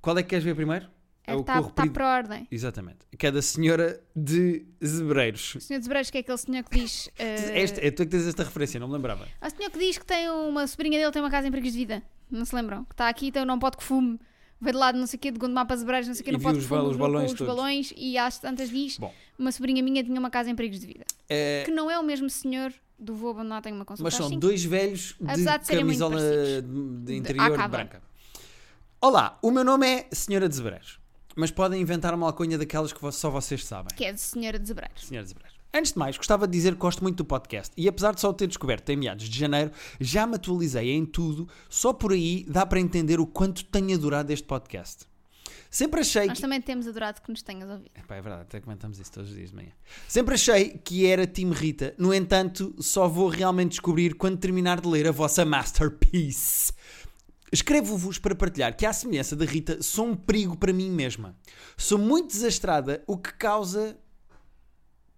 Speaker 1: Qual é que queres ver primeiro? É o
Speaker 2: Está
Speaker 1: corpo
Speaker 2: tá
Speaker 1: perigo.
Speaker 2: para ordem.
Speaker 1: Exatamente. Que é da senhora de Zebreiros.
Speaker 2: O senhor de Zebreiros, que é aquele senhor que diz. eh,
Speaker 1: Esta, é tu é que tens esta referência, não me lembrava.
Speaker 2: há o senhor que diz que tem uma sobrinha dele, tem uma casa em Perigos de Vida. Não se lembram? Que está aqui, tem um não pode que fume. Veio de lado, não sei o quê, de Gondomar para Zebreiros, não sei o quê,
Speaker 1: E
Speaker 2: não
Speaker 1: viu
Speaker 2: pode
Speaker 1: os
Speaker 2: que fume.
Speaker 1: ba- os
Speaker 2: levou com
Speaker 1: balões
Speaker 2: os
Speaker 1: todos.
Speaker 2: balões e às tantas diz:
Speaker 1: Bom.
Speaker 2: uma sobrinha minha tinha uma casa em Perigos de Vida.
Speaker 1: É,
Speaker 2: Que não é o mesmo senhor do voo abandonar, tem uma consulta.
Speaker 1: mas
Speaker 2: assim, às
Speaker 1: são
Speaker 2: cinco.
Speaker 1: dois velhos de
Speaker 2: Apesar de serem muito
Speaker 1: camisola
Speaker 2: parecidos.
Speaker 1: de
Speaker 2: De- ah,
Speaker 1: interior
Speaker 2: à cava.
Speaker 1: branca. Olá, o meu nome é Senhora de Zebreiros, mas podem inventar uma alcunha daquelas que vo- só vocês sabem.
Speaker 2: Que é de senhora de Zebreiros.
Speaker 1: Senhora de Zebreiros. Antes de mais, gostava de dizer que gosto muito do podcast e apesar de só o ter descoberto em meados de janeiro, já me atualizei em tudo, só por aí dá para entender o quanto tenho adorado este podcast. Sempre achei
Speaker 2: Nós
Speaker 1: que...
Speaker 2: também temos adorado que nos tenhas ouvido.
Speaker 1: Epá, é verdade, até comentamos isso todos os dias de manhã. Sempre achei que era Tim Rita, no entanto, só vou realmente descobrir quando terminar de ler a vossa masterpiece. Escrevo-vos para partilhar que, à semelhança da Rita, sou um perigo para mim mesma. Sou muito desastrada, o que causa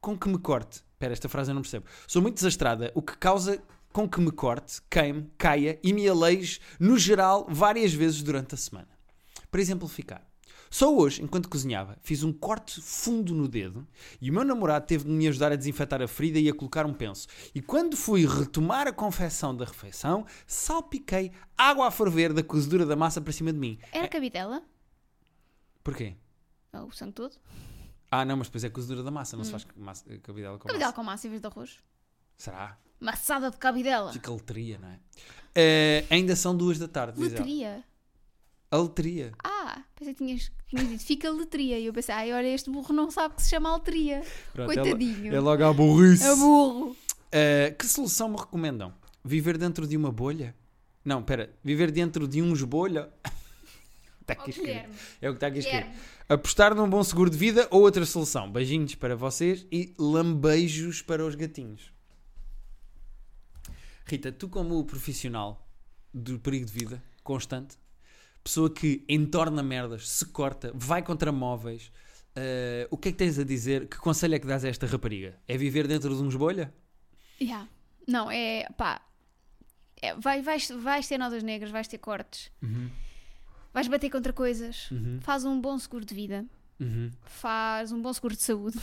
Speaker 1: com que me corte. Espera, esta frase eu não percebo. Sou muito desastrada, o que causa com que me corte, queime, caia e me aleije, no geral, várias vezes durante a semana. Para exemplificar, só hoje, enquanto cozinhava, fiz um corte fundo no dedo e o meu namorado teve de me ajudar a desinfetar a ferida e a colocar um penso. E quando fui retomar a confecção da refeição, salpiquei água a ferver da cozedura da massa para cima de mim.
Speaker 2: Era cabidela?
Speaker 1: Porquê?
Speaker 2: Ou o sangue todo?
Speaker 1: Ah, não, mas depois é cozedura da massa, não se faz massa, cabidela com
Speaker 2: Cabidela
Speaker 1: massa.
Speaker 2: com massa em vez de arroz.
Speaker 1: Será?
Speaker 2: Massada de cabidela.
Speaker 1: Fica leteria, não é? Eh, ainda são duas da tarde, diz ela.
Speaker 2: Letria.
Speaker 1: A leteria.
Speaker 2: Ah, pensei que tinhas, tinhas dito, fica letria. E eu pensei, ai, olha, este burro não sabe que se chama letria.
Speaker 1: Pronto,
Speaker 2: Coitadinho.
Speaker 1: É, lo- é logo a burrice.
Speaker 2: É burro.
Speaker 1: Uh, que solução me recomendam? Viver dentro de uma bolha? Não, pera, viver dentro de uns bolha? Está aqui
Speaker 2: Oh,
Speaker 1: escrito.
Speaker 2: Guilherme.
Speaker 1: É o que está aqui escrito.
Speaker 2: Guilherme.
Speaker 1: Apostar num bom seguro de vida ou outra solução. Beijinhos para vocês e lambejos para os gatinhos. Rita, tu como profissional do perigo de vida constante, pessoa que entorna merdas, se corta, vai contra móveis, uh, o que é que tens a dizer? Que conselho é que dás a esta rapariga? É viver dentro de uns bolha?
Speaker 2: Yeah. Não, é pá. É, vai, vais, vais ter nodas negras, vais ter cortes.
Speaker 1: Uhum.
Speaker 2: Vais bater contra coisas. Faz um bom seguro de vida.
Speaker 1: Uhum.
Speaker 2: Faz um bom seguro de saúde.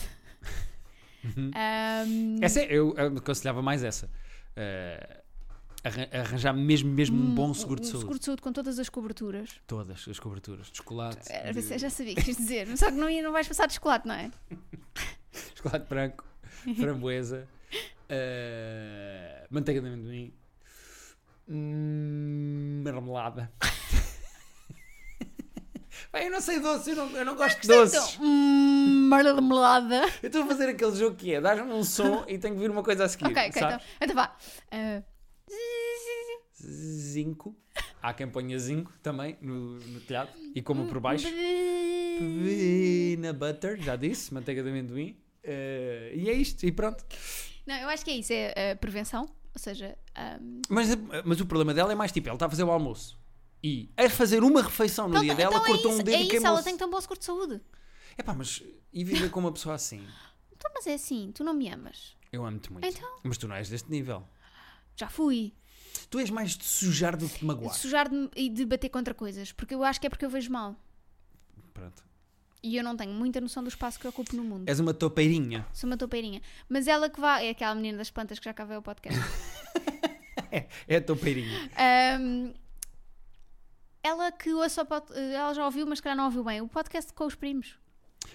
Speaker 1: Uhum.
Speaker 2: Ahm,
Speaker 1: Essa é- eu, eu aconselhava mais essa. Eh, arran- arranjar mesmo, mesmo um bom seguro de
Speaker 2: um
Speaker 1: saúde.
Speaker 2: seguro de saúde com todas as coberturas.
Speaker 1: Todas as coberturas. De chocolate,
Speaker 2: Era-
Speaker 1: de
Speaker 2: Já sabia o que quis dizer, mas só que não, ia- não vais passar de chocolate, não é?
Speaker 1: chocolate branco, framboesa, eh, manteiga de amendoim, hum, marmelada. Bem, eu não sei doce, eu não, eu não gosto de
Speaker 2: Gostei,
Speaker 1: doces.
Speaker 2: então. Hum, marmelada.
Speaker 1: Eu estou a fazer aquele jogo que é, dás-me um som e tenho que vir uma coisa a seguir.
Speaker 2: ok, ok, então.
Speaker 1: sabes?
Speaker 2: Então vá. Ah, então.
Speaker 1: Zinco. Há quem ponha zinco também no, no telhado e coma por baixo. Na butter, já disse, manteiga de amendoim. Eh, e é isto, e pronto.
Speaker 2: Não, eu acho que é isso, é ah, prevenção. Ou seja, ah,
Speaker 1: Mas, mas o problema dela é mais tipo, ela está a fazer o almoço. E a fazer uma refeição no
Speaker 2: pronto,
Speaker 1: dia dela,
Speaker 2: então é
Speaker 1: cortou
Speaker 2: isso,
Speaker 1: um dedo
Speaker 2: é
Speaker 1: e
Speaker 2: isso ela
Speaker 1: queimou-se.
Speaker 2: tem tão bom seguro de saúde.
Speaker 1: Epá, mas e viver com uma pessoa assim?
Speaker 2: Então, mas é assim, tu não me amas.
Speaker 1: Eu amo-te muito.
Speaker 2: Então?
Speaker 1: Mas tu não és deste nível.
Speaker 2: Já fui.
Speaker 1: Tu és mais de sujar do que de
Speaker 2: De
Speaker 1: magoar.
Speaker 2: sujar de- e de bater contra coisas. Porque eu acho que é porque eu vejo mal.
Speaker 1: Pronto.
Speaker 2: E eu não tenho muita noção do espaço que eu ocupo no mundo.
Speaker 1: És uma topeirinha.
Speaker 2: Sou uma topeirinha. Mas ela que vai. É aquela menina das plantas que já cá veio ao podcast.
Speaker 1: É a topeirinha.
Speaker 2: Ahm, ela que ouça o pod- eh, Ela já ouviu, mas que já não ouviu bem. O podcast com os primos.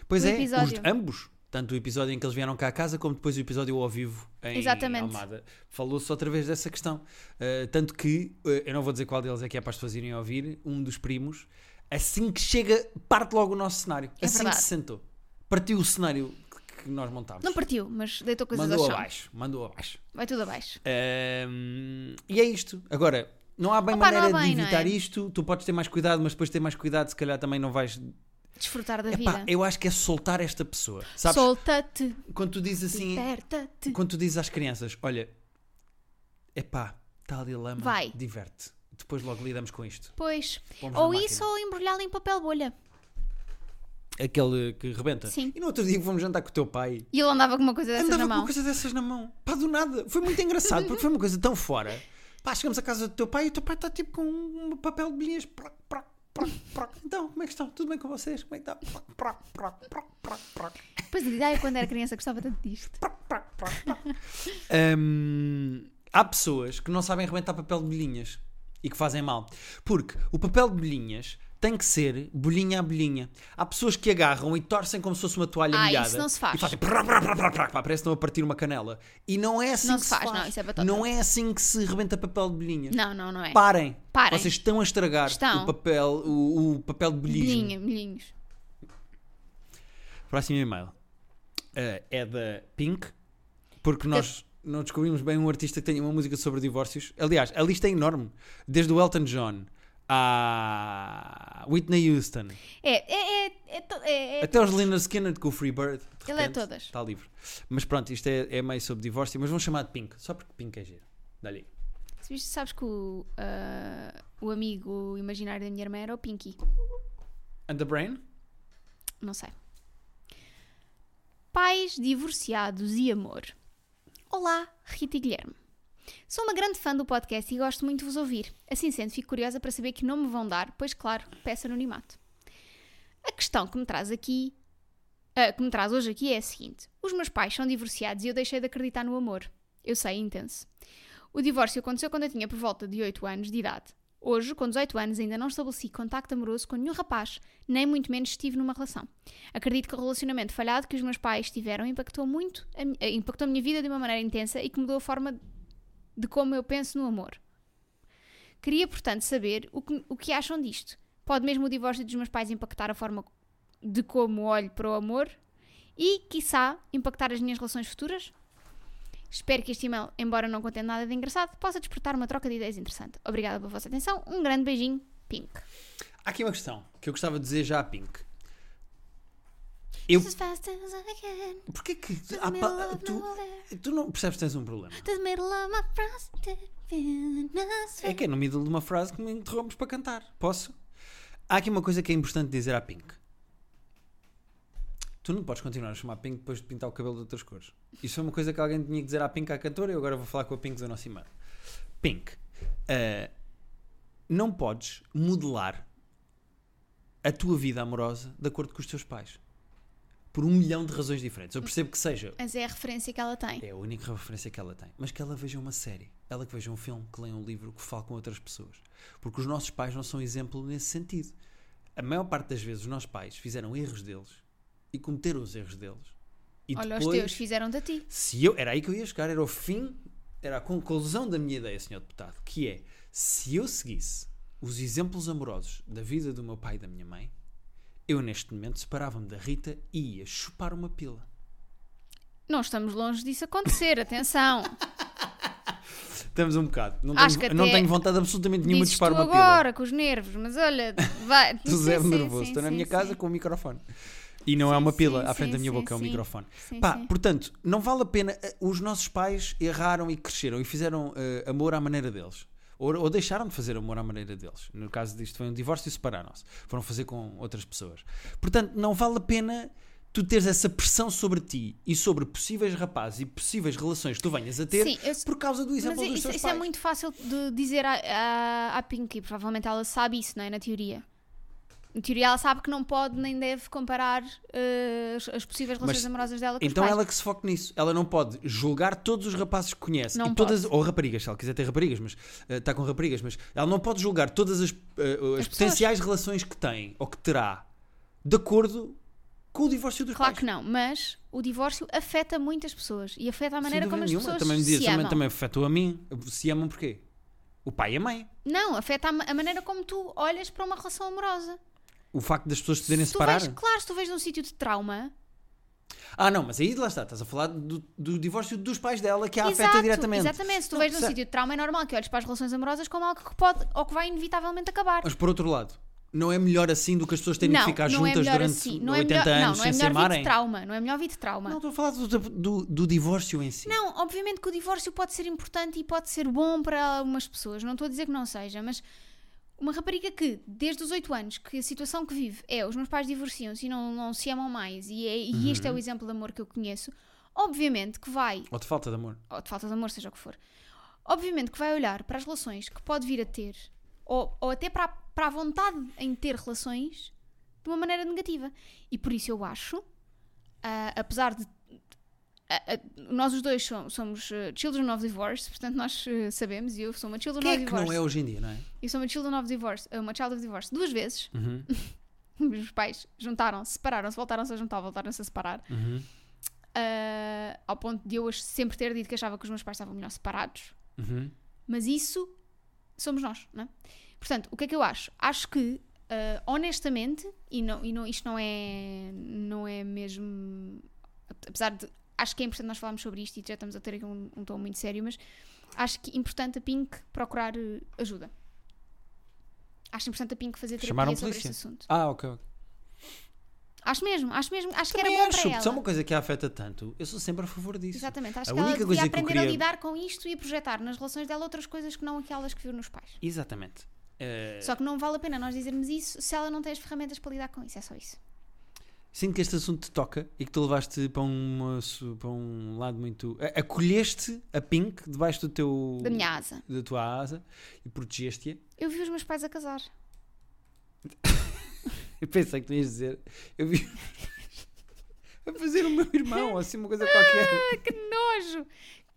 Speaker 1: Pois
Speaker 2: O
Speaker 1: é,
Speaker 2: episódio.
Speaker 1: os- ambos. Tanto o episódio em que eles vieram cá a casa, como depois o episódio ao vivo em
Speaker 2: Exatamente.
Speaker 1: Almada. Falou-se outra vez dessa questão. Uh, tanto que, uh, eu não vou dizer qual deles é que é para as pessoas irem ouvir, um dos primos, assim que chega, parte logo o nosso cenário.
Speaker 2: É
Speaker 1: assim
Speaker 2: verdade.
Speaker 1: que se sentou. Partiu o cenário que- que nós montámos.
Speaker 2: Não partiu, mas deitou coisas
Speaker 1: mandou
Speaker 2: ao chão.
Speaker 1: abaixo. Mandou abaixo.
Speaker 2: Vai tudo abaixo.
Speaker 1: Ahm, e é isto. Agora, não há bem
Speaker 2: Opa, não há
Speaker 1: maneira
Speaker 2: bem,
Speaker 1: de
Speaker 2: não
Speaker 1: evitar
Speaker 2: é?
Speaker 1: isto. Tu podes ter mais cuidado, mas depois de ter mais cuidado, se calhar também não vais.
Speaker 2: Desfrutar da
Speaker 1: Epá,
Speaker 2: vida.
Speaker 1: eu acho que é soltar esta pessoa. Sabes?
Speaker 2: Solta-te.
Speaker 1: Quando tu dizes assim,
Speaker 2: Liberta-te.
Speaker 1: quando tu dizes às crianças, olha, epá, está ali lama,
Speaker 2: Vai.
Speaker 1: diverte. Depois logo lidamos com isto.
Speaker 2: Pois.
Speaker 1: Pomos
Speaker 2: Ou
Speaker 1: na
Speaker 2: isso ou embrulhá-la em papel bolha.
Speaker 1: Aquele que rebenta.
Speaker 2: Sim.
Speaker 1: E no outro dia fomos jantar com o teu pai.
Speaker 2: E ele andava com uma coisa dessas
Speaker 1: Andava
Speaker 2: na
Speaker 1: com
Speaker 2: mão.
Speaker 1: coisa dessas na mão. Pá, do nada. Foi muito engraçado, porque foi uma coisa tão fora. Pá, chegamos à casa do teu pai e o teu pai está tipo com um papel de bilhões. Proc, proc, proc, proc. Então, como é que estão? Tudo bem com vocês? Como é que está? Proc, proc, proc, proc, proc, proc,
Speaker 2: Pois de ideia, é quando era criança, gostava tanto disto.
Speaker 1: proc, proc, proc, proc. Hum, há pessoas que não sabem arrebentar papel de bolhinhas e que fazem mal. Porque o papel de bolhinhas tem que ser bolhinha a bolhinha. Há pessoas que agarram e torcem como se fosse uma toalha
Speaker 2: Ah,
Speaker 1: molhada.
Speaker 2: isso não se faz.
Speaker 1: E fazem prá, prá, prá, prá, prá, pá, parece que estão a partir uma canela. E não é assim
Speaker 2: Não
Speaker 1: que
Speaker 2: se
Speaker 1: se
Speaker 2: faz,
Speaker 1: faz.
Speaker 2: não, isso é batota.
Speaker 1: Não é assim que se rebenta papel de bolhinhas.
Speaker 2: Não, não, não é.
Speaker 1: Parem.
Speaker 2: Parem.
Speaker 1: Vocês estão a estragar
Speaker 2: Estão.
Speaker 1: o papel, o, o papel de bolhismo.
Speaker 2: Milhinho, milhinhos.
Speaker 1: Próximo e-mail Eh, é da Pink, porque nós não descobrimos bem um artista que tenha uma música sobre divórcios. Aliás, a lista é enorme. Desde o Elton John à Whitney Houston,
Speaker 2: É, é, é, é, to- é, é-
Speaker 1: até os Leonard Skinner com o Free Bird. de
Speaker 2: Ele é
Speaker 1: repente,
Speaker 2: todas.
Speaker 1: Está livre. Mas pronto, isto é, é meio sobre divórcio, mas vamos chamar de Pink, só porque Pink é giro. Dá-lhe. aí.
Speaker 2: Se viste, sabes que o, ah, o amigo imaginário da minha irmã era o Pinky.
Speaker 1: And the Brain?
Speaker 2: Não sei. Pais, divorciados e amor. Olá, Rita e Guilherme. Sou uma grande fã do podcast e gosto muito de vos ouvir. Assim sendo, fico curiosa para saber que não me vão dar, pois, claro, peço anonimato. A questão que me traz aqui. ah, que me traz hoje aqui é a seguinte: Os meus pais são divorciados e eu deixei de acreditar no amor. Eu sei, é intenso. O divórcio aconteceu quando eu tinha por volta de 8 anos de idade. Hoje, com 18 anos, ainda não estabeleci contacto amoroso com nenhum rapaz, nem muito menos estive numa relação. Acredito que o relacionamento falhado que os meus pais tiveram impactou muito, a, mi- eh, impactou a minha vida de uma maneira intensa e que mudou a forma de como eu penso no amor. Queria, portanto, saber o que, o que acham disto. Pode mesmo o divórcio dos meus pais impactar a forma de como olho para o amor e, quiçá, impactar as minhas relações futuras? Espero que este e-mail, embora não contendo nada de engraçado, possa despertar uma troca de ideias interessante. Obrigada pela vossa atenção. Um grande beijinho. Pink.
Speaker 1: Há aqui uma questão que eu gostava de dizer já à Pink. Eu,
Speaker 2: As fast as I can,
Speaker 1: porquê que
Speaker 2: the
Speaker 1: há
Speaker 2: middle
Speaker 1: pa-
Speaker 2: of
Speaker 1: tu,
Speaker 2: nowhere,
Speaker 1: tu não percebes que tens um problema?
Speaker 2: the middle of my frosted Venus.
Speaker 1: É que é no middle de uma frase que me interrompes para cantar. Posso? Há aqui uma coisa que é importante dizer à Pink. Tu não podes continuar a chamar Pink depois de pintar o cabelo de outras cores. Isso foi uma coisa que alguém tinha que dizer à Pink, à cantora, e eu agora vou falar com a Pink do nosso e-mail. Pink, eh, não podes modelar a tua vida amorosa de acordo com os teus pais. Por um milhão de razões diferentes. Eu percebo que seja
Speaker 2: Mas é a referência que ela tem.
Speaker 1: é a única referência que ela tem. Mas que ela veja uma série, ela que veja um filme, que leia um livro, que fale com outras pessoas. Porque os nossos pais não são exemplo nesse sentido. A maior parte das vezes os nossos pais fizeram erros deles e cometeram os erros deles. E
Speaker 2: Olha, os
Speaker 1: depois,
Speaker 2: teus fizeram da ti.
Speaker 1: se eu, era aí que eu ia chegar, era o fim, era a conclusão da minha ideia, senhor deputado, que é, se eu seguisse os exemplos amorosos da vida do meu pai e da minha mãe, Eu, neste momento, separava-me da Rita e ia chupar uma pila.
Speaker 2: Não estamos longe disso acontecer, atenção.
Speaker 1: Estamos um bocado. Não,
Speaker 2: Acho
Speaker 1: tenho,
Speaker 2: que
Speaker 1: não
Speaker 2: até
Speaker 1: tenho vontade absolutamente nenhuma de
Speaker 2: Dizes tu
Speaker 1: chupar uma
Speaker 2: agora, com os nervos, mas olha, vai.
Speaker 1: pila. Estou zero
Speaker 2: Sim, sim,
Speaker 1: nervoso.
Speaker 2: sim,
Speaker 1: Estou na
Speaker 2: sim,
Speaker 1: minha
Speaker 2: sim.
Speaker 1: casa com o microfone. E não é
Speaker 2: Sim,
Speaker 1: uma pila
Speaker 2: sim,
Speaker 1: à frente
Speaker 2: sim,
Speaker 1: da minha
Speaker 2: sim,
Speaker 1: boca, é um
Speaker 2: sim.
Speaker 1: microfone.
Speaker 2: Sim,
Speaker 1: Pá,
Speaker 2: sim.
Speaker 1: portanto, não vale a pena. eh, Os nossos pais erraram e cresceram e fizeram eh, amor à maneira deles. Ou, ou deixaram de fazer amor à maneira deles. No caso disto, foi um divórcio e separaram-se. Foram fazer com outras pessoas. Portanto, não vale a pena tu teres essa pressão sobre ti e sobre possíveis rapazes e possíveis relações que tu venhas a ter
Speaker 2: Sim, eu-
Speaker 1: por causa do exemplo
Speaker 2: Mas
Speaker 1: dos
Speaker 2: isso,
Speaker 1: teus
Speaker 2: isso é
Speaker 1: pais.
Speaker 2: muito fácil de dizer à, à, à Pinky, provavelmente ela sabe isso, não é? Na teoria. Na teoria ela sabe que não pode nem deve comparar eh, as, as possíveis relações
Speaker 1: Mas,
Speaker 2: amorosas dela com
Speaker 1: Então
Speaker 2: os pais.
Speaker 1: ela que se foque nisso. Ela não pode julgar todos os rapazes que conhece.
Speaker 2: Não
Speaker 1: e todas, ou raparigas, se ela quiser ter raparigas, mas eh, está com raparigas, mas ela não pode julgar todas as, eh, as
Speaker 2: As
Speaker 1: potenciais relações que tem ou que terá de acordo com o divórcio dos
Speaker 2: Claro
Speaker 1: pais.
Speaker 2: que não, mas o divórcio afeta muitas pessoas e afeta a
Speaker 1: Sem
Speaker 2: maneira como
Speaker 1: dúvida
Speaker 2: as
Speaker 1: nenhuma.
Speaker 2: pessoas
Speaker 1: também, me
Speaker 2: se
Speaker 1: diz- também,
Speaker 2: amam.
Speaker 1: também afetou a mim. Se amam porquê? O pai e a mãe.
Speaker 2: Não, afeta a, ma- a maneira como tu olhas para uma relação amorosa.
Speaker 1: O facto das pessoas se poderem
Speaker 2: Se tu
Speaker 1: separar.
Speaker 2: vais, claro, se tu vês num sítio de trauma,
Speaker 1: Ah, não, mas aí lá está. Estás a falar do, do divórcio dos pais dela que a
Speaker 2: Exato,
Speaker 1: afeta diretamente.
Speaker 2: Exatamente, se tu
Speaker 1: Não,
Speaker 2: vês num
Speaker 1: se-
Speaker 2: sítio de trauma é normal que olhes para as relações amorosas como algo que pode ou que vai inevitavelmente acabar.
Speaker 1: Mas por outro lado, não é melhor assim do que as pessoas terem
Speaker 2: não,
Speaker 1: que ficar
Speaker 2: não é
Speaker 1: juntas
Speaker 2: melhor
Speaker 1: durante
Speaker 2: assim.
Speaker 1: 80
Speaker 2: não é
Speaker 1: anos
Speaker 2: melhor, não, não é
Speaker 1: sem se
Speaker 2: melhor vir de
Speaker 1: amarem?
Speaker 2: trauma, não é melhor vir de trauma.
Speaker 1: Não,
Speaker 2: Não.
Speaker 1: estou a falar do, do, do divórcio em si.
Speaker 2: obviamente que o divórcio pode ser importante e pode ser bom para algumas pessoas, não estou a dizer que não seja, mas uma rapariga que, desde os 8 anos, que a situação que vive é os meus pais divorciam-se e não, não se amam mais, e, é- e este é
Speaker 1: Uhum.
Speaker 2: o exemplo de amor que eu conheço, obviamente que vai
Speaker 1: Ou de falta de amor.
Speaker 2: ou de falta de amor, seja o que for, obviamente que vai olhar para as relações que pode vir a ter, ou, ou até para a, para a vontade em ter relações, de uma maneira negativa. E por isso eu acho, ah, apesar de. ah, ah, nós os dois so- somos ah, Children of Divorce, portanto nós ah, sabemos, e eu sou uma Children
Speaker 1: Quem é
Speaker 2: of
Speaker 1: que
Speaker 2: Divorce.
Speaker 1: não é hoje em dia, não é?
Speaker 2: Eu sou uma Children of Divorce, ah, uma Child of Divorce duas vezes.
Speaker 1: Uhum,
Speaker 2: Os pais juntaram-se, separaram-se, voltaram-se a juntar, voltaram-se a separar.
Speaker 1: uhum,
Speaker 2: Ah, ao ponto de eu as- sempre ter dito que achava que os meus pais estavam melhor separados.
Speaker 1: uhum.
Speaker 2: Mas isso somos nós, não é? Portanto, o que é que eu acho? Acho que, ah, honestamente, e, não, e não, isto não é, não é mesmo. Apesar de. Acho que é importante nós falarmos sobre isto e já estamos a ter aqui um, um tom muito sério, mas acho que é importante a Pink procurar eh, ajuda. Acho importante a Pink fazer terapia
Speaker 1: Chamaram
Speaker 2: sobre
Speaker 1: polícia.
Speaker 2: este assunto.
Speaker 1: Ah, ok. ok.
Speaker 2: Acho mesmo, acho mesmo, acho que
Speaker 1: Também
Speaker 2: era bom
Speaker 1: acho,
Speaker 2: para
Speaker 1: porque
Speaker 2: ela.
Speaker 1: se é uma coisa que a afeta tanto, eu sou sempre a favor disso.
Speaker 2: Exatamente, acho
Speaker 1: A
Speaker 2: que ela
Speaker 1: única
Speaker 2: devia
Speaker 1: coisa que eu
Speaker 2: aprender a
Speaker 1: queria-
Speaker 2: lidar com isto e a projetar nas relações dela outras coisas que não aquelas que viu nos pais.
Speaker 1: Exatamente. Eh,
Speaker 2: Só que não vale a pena nós dizermos isso se ela não tem as ferramentas para lidar com isso, é só isso.
Speaker 1: Sinto que este assunto te toca e que tu levaste para, uma, su- para um lado muito. a- Acolheste a Pink debaixo do teu.
Speaker 2: Da minha asa.
Speaker 1: da tua asa e protegeste-a.
Speaker 2: Eu vi os meus pais a casar.
Speaker 1: Eu pensei que tu ias dizer. Eu vi. a fazer o meu irmão, ou assim, uma coisa qualquer.
Speaker 2: Ah, que nojo!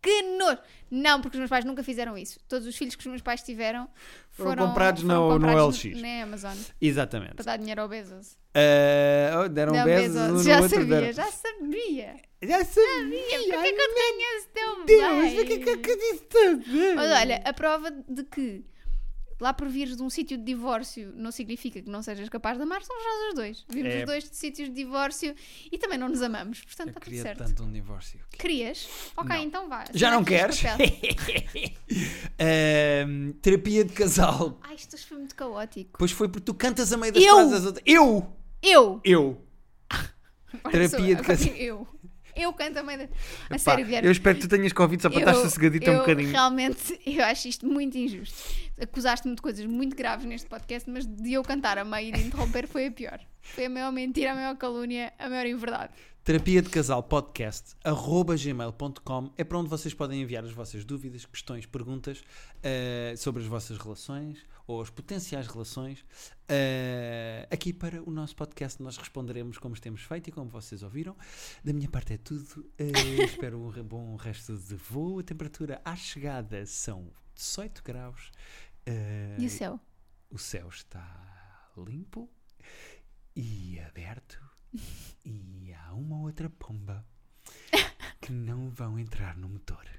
Speaker 2: Que nojo! Não, porque os meus pais nunca fizeram isso. Todos os filhos que os meus pais tiveram
Speaker 1: Foram
Speaker 2: foram,
Speaker 1: comprados na- no LX.
Speaker 2: Na Amazon,
Speaker 1: Exatamente.
Speaker 2: para dar dinheiro ao Bezos.
Speaker 1: Ah, oh, deram
Speaker 2: Não,
Speaker 1: um beijo um no
Speaker 2: já
Speaker 1: outro.
Speaker 2: sabia,
Speaker 1: deram-
Speaker 2: já sabia.
Speaker 1: Já sabia.
Speaker 2: Porquê que eu te conheço tão
Speaker 1: Deus,
Speaker 2: bem?
Speaker 1: o que é que eu disse tanto?
Speaker 2: Mas olha, tá a prova de que lá por vires de um sítio de divórcio não significa que não sejas capaz de amar, somos nós os dois. Vimos
Speaker 1: É.
Speaker 2: os dois de sítios de divórcio e também não nos amamos, portanto
Speaker 1: Eu
Speaker 2: está tudo
Speaker 1: queria
Speaker 2: certo.
Speaker 1: tanto um divórcio.
Speaker 2: Querias? Ok,
Speaker 1: Não.
Speaker 2: então vá.
Speaker 1: Já
Speaker 2: assina
Speaker 1: não
Speaker 2: aqui este
Speaker 1: queres?
Speaker 2: papel.
Speaker 1: Ahm, terapia de casal.
Speaker 2: Ai, isto hoje foi muito caótico.
Speaker 1: Pois foi porque tu cantas a meio das
Speaker 2: Eu?
Speaker 1: frases das outras. Eu!
Speaker 2: Eu!
Speaker 1: Eu!
Speaker 2: Olha
Speaker 1: Terapia
Speaker 2: só,
Speaker 1: de
Speaker 2: agora
Speaker 1: casal.
Speaker 2: Eu! Eu canto a meio da... A
Speaker 1: Epá,
Speaker 2: sério, Guilherme.
Speaker 1: eu espero que tu tenhas convite só para estar
Speaker 2: eu-
Speaker 1: sossegadita um
Speaker 2: eu
Speaker 1: bocadinho.
Speaker 2: Realmente, eu acho isto muito injusto. Acusaste-me de coisas muito graves neste podcast, mas de eu cantar a meio e de interromper foi a pior. Foi a maior mentira, a maior calúnia, a maior inverdade.
Speaker 1: terapia de casal podcast arroba gmail.com é para onde vocês podem enviar as vossas dúvidas, questões, perguntas eh, sobre as vossas relações ou as potenciais relações eh, aqui para o nosso podcast nós responderemos como temos feito e como vocês ouviram da minha parte é tudo eh, espero um re- bom resto de voo a temperatura à chegada são 18 graus eh,
Speaker 2: E o céu?
Speaker 1: o céu está limpo e aberto e há uma outra pomba que não vão entrar no motor.